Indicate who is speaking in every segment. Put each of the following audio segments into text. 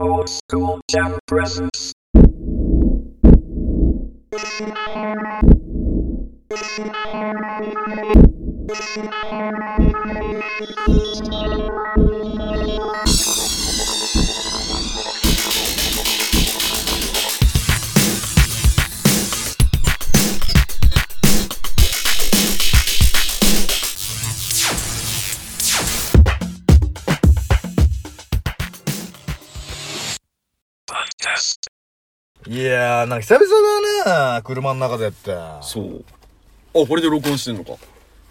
Speaker 1: Old school jam presents. Podcast.
Speaker 2: いやー、なんか久々だね車の中でって。
Speaker 3: そう。あ、これで録音してんのか。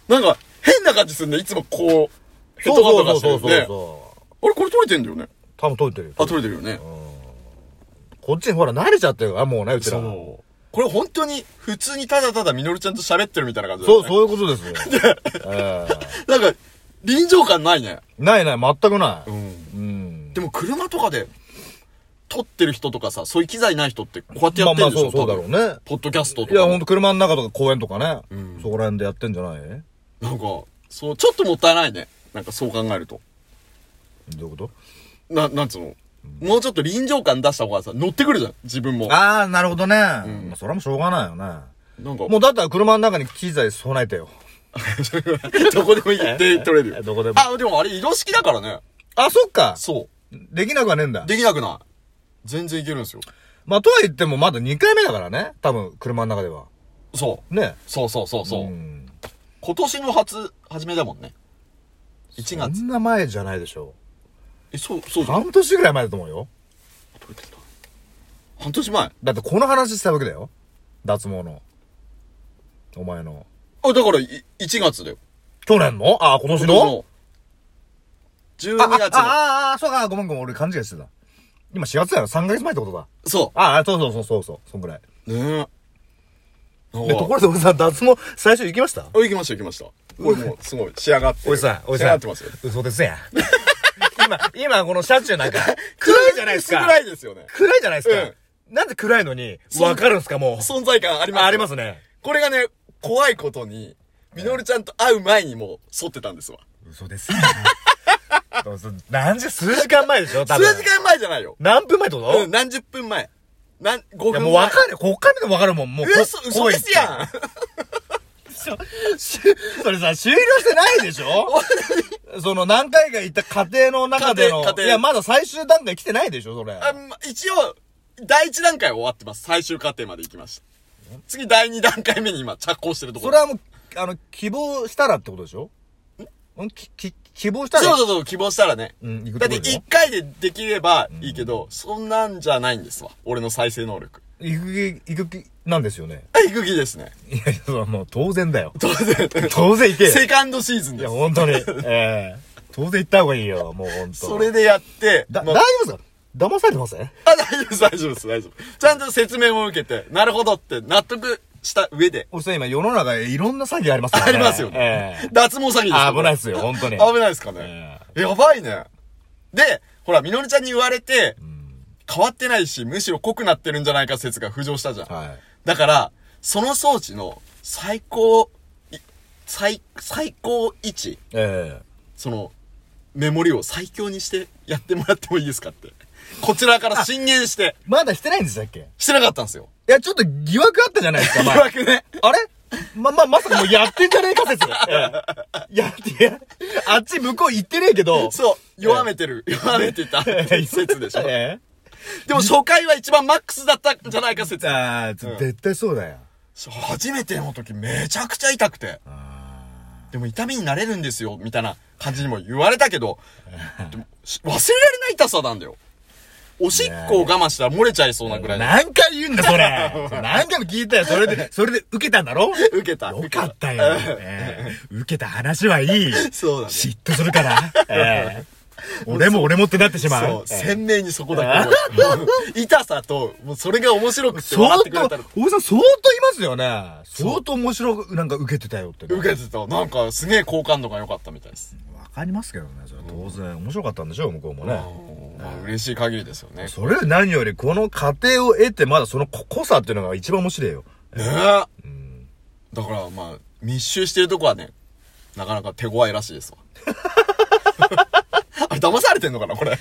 Speaker 3: なんか、変な感じするね。いつもこう、ヘッドバンドがしてるね。あれ、
Speaker 2: そう。
Speaker 3: これ撮れてんだよね。
Speaker 2: 多分撮れてるよ。
Speaker 3: あ、撮れてるよね。
Speaker 2: こっちにほら慣れちゃってるから、もうね、うちら。
Speaker 3: そう。これ本当に、普通にただただみのるちゃんと喋ってるみたいな感じだ
Speaker 2: そ
Speaker 3: よ
Speaker 2: う、
Speaker 3: ね。
Speaker 2: そういうことですよ。え
Speaker 3: う。なんか、臨場感ないね。
Speaker 2: えないない、全くない。
Speaker 3: ん。
Speaker 2: うん。
Speaker 3: でも車とかで、撮ってる人とかさ、そういう機材ない人って、こうやってや
Speaker 2: まあ
Speaker 3: って
Speaker 2: ま
Speaker 3: る
Speaker 2: あ、
Speaker 3: んでしょ、
Speaker 2: そうそうだろうね
Speaker 3: 多分。ポッドキャストとか。
Speaker 2: いや、ほんと車の中とか公園とかね。
Speaker 3: ん
Speaker 2: そこら辺でやってんじゃない
Speaker 3: なんか、そう、ちょっともったいないね。なんかそう考えると。
Speaker 2: どういうこ
Speaker 3: な、なんつうの。もうちょっと臨場感出した方がさ、乗ってくるじゃん、自分も
Speaker 2: と。あー、なるほどね。まあそれもしょうがないよね。
Speaker 3: なんか、
Speaker 2: もうだったら車の中に機材備えてよ。
Speaker 3: どこでも行って取れるよ。
Speaker 2: どこでも
Speaker 3: あ、でもあれ移動式だからね。
Speaker 2: あ、そっか
Speaker 3: そ
Speaker 2: できなくはねえんだ
Speaker 3: う。。できなくない。全然いけるんですよ。
Speaker 2: まあ、とは言ってもまだ2回目だからね。多分、車の中では。
Speaker 3: そう。
Speaker 2: ね。
Speaker 3: そうそうそうそう。
Speaker 2: ん。
Speaker 3: 今年の初、初めだもんね。1
Speaker 2: そ
Speaker 3: 月。
Speaker 2: んな前じゃないでしょ
Speaker 3: え、そう、そう
Speaker 2: う。
Speaker 3: だ。
Speaker 2: 半年ぐらい前だと思うよ。
Speaker 3: 半年前。
Speaker 2: だってこの話したわけだよ。脱毛の。お前の。
Speaker 3: あ、だから、い1月だよ。
Speaker 2: 去年のああ、今年
Speaker 3: 今年
Speaker 2: の
Speaker 3: の ?12 月
Speaker 2: あ
Speaker 3: の。
Speaker 2: あああ、そうか、ごめんごめん、俺勘違いしてた。今4月だよ、3ヶ月前ってことだ。
Speaker 3: そ
Speaker 2: ああ、そうそうそうそうそう、そんぐらい。
Speaker 3: う。ねえ。なん
Speaker 2: で、
Speaker 3: か
Speaker 2: ところで俺さ、脱毛、最初行きました
Speaker 3: あ、行きました行きました。これもう、すごい、仕上がってる。
Speaker 2: おじさん、おじ
Speaker 3: 仕上が
Speaker 2: さん。
Speaker 3: ってますよ。
Speaker 2: 嘘ですやん。 今、今この車中なんか、暗いじゃないですか。
Speaker 3: 暗いですよね。
Speaker 2: 暗いじゃないですか。
Speaker 3: うん
Speaker 2: なんで暗いのに、
Speaker 3: そん
Speaker 2: わかるんすか、もう。
Speaker 3: 存在感あります。
Speaker 2: あありますね。
Speaker 3: これがね、怖いことに、みのるちゃんと会う前にもう、剃ってたんですわ。
Speaker 2: 嘘です よ。何時、数時間前でしょ多
Speaker 3: 数
Speaker 2: 分。
Speaker 3: 時間前じゃないよ。
Speaker 2: 何分前ってこと、
Speaker 3: うん、何十分前。なん、5分
Speaker 2: い
Speaker 3: 前。
Speaker 2: や、もうわかるよ。こっから見てもわかるもん。もうこ。
Speaker 3: 嘘、嘘ですやん。
Speaker 2: ん。しそれさ、終了してないでし ょその何回か行った過程の中での
Speaker 3: 過程過。程
Speaker 2: いや、まだ最終段階来てないでしょそれ。
Speaker 3: あんま一応、第一段階は終わってます。最終過程まで行きました。次、第二段階目に今、着工してるとこ
Speaker 2: そ
Speaker 3: ろ。
Speaker 2: れはもう、あの、希望したらってことでしょんき、き、希望したら
Speaker 3: そうそうそう、希望したらね。
Speaker 2: うん行く
Speaker 3: だ
Speaker 2: と
Speaker 3: っ
Speaker 2: こで
Speaker 3: て
Speaker 2: しょ
Speaker 3: 一回でできればいいけど、そんなんじゃないんですわ。俺の再生能力。
Speaker 2: 行く気、行く気、なんですよね。
Speaker 3: あ、行く気ですね。
Speaker 2: いやいや、それはもう当然だよ。
Speaker 3: 当然。
Speaker 2: 当然行けよ。
Speaker 3: セカンドシーズン
Speaker 2: い
Speaker 3: で
Speaker 2: や、
Speaker 3: す。
Speaker 2: 本 当に。ええ当然行った方がいいよ、もう本当。
Speaker 3: それでやって、
Speaker 2: だ、
Speaker 3: ま
Speaker 2: 大
Speaker 3: あ
Speaker 2: 丈夫ですか騙されてません
Speaker 3: あ、大丈夫です、大丈夫です、大丈夫。ちゃんと説明も受けて、なるほどって納得した上で。
Speaker 2: おっさん今世の中いろんな詐欺ありますから
Speaker 3: ありますよね。
Speaker 2: ええ
Speaker 3: 脱毛詐欺です
Speaker 2: あ危ない
Speaker 3: っ
Speaker 2: ですよ、本当に。
Speaker 3: 危ないですかね。やばいね。で、ほら、みのりちゃんに言われて、変わってないし、むしろ濃くなってるんじゃないか説が浮上したじゃん。
Speaker 2: はい。
Speaker 3: だから、その装置の最高、い最、最高位置、
Speaker 2: え
Speaker 3: その、メモリを最強にしてやってもらってもいいですかって。こちらから進言して、
Speaker 2: えまだしてないんでしたっけい
Speaker 3: してなかったんですよ。
Speaker 2: や、ちょっと疑惑あったじゃないですか、
Speaker 3: 疑
Speaker 2: 前
Speaker 3: 惑ね。
Speaker 2: あれま、ま、まさかもうやってんじゃねえか説。ええやって、やあっち向こう行ってねえけど。
Speaker 3: そう、弱めてる、弱め てた説でしょ。
Speaker 2: え
Speaker 3: でも初回は一番マックスだったんじゃないか説
Speaker 2: え。ああ、絶対そうだよ。
Speaker 3: そう初めての時めちゃくちゃ痛くて。でも痛みになれるんですよ、みたいな感じにも言われたけど、でもし忘れられない痛さなんだよ。おしっこを我慢したら漏れちゃいそうなぐらいの。
Speaker 2: 何回言うんだ、それ。 何回も聞いたよ。それで、それで受けたんだろ
Speaker 3: 受けた。
Speaker 2: よか ったよ
Speaker 3: 受け。
Speaker 2: ええ受けた話はいい。
Speaker 3: そうだね
Speaker 2: 嫉妬する から。ええ俺も俺もってなってしま
Speaker 3: そう
Speaker 2: う、。ええ
Speaker 3: 鮮明にそこだけ覚えてる。痛さと、もうそれが面白くて
Speaker 2: 相
Speaker 3: 笑
Speaker 2: 当
Speaker 3: ってくれたら、、
Speaker 2: おじさん相当いますよね。相当面白く、なんか受けてたよってね。
Speaker 3: 受けてた。なんかすげえ好感度が良かったみたいです。
Speaker 2: わかりますけどね。それ当然面白かったんでしょう、向こうもね。
Speaker 3: まあ嬉しい限りですよね。
Speaker 2: それより何より、この過程を得て、まだそのこ濃さっていうのが一番面白いよ。
Speaker 3: ねえ。だからまあ、密集してるとこはね、 なかなか手強いらしいですわ。あれ、騙されてんのかなこれ。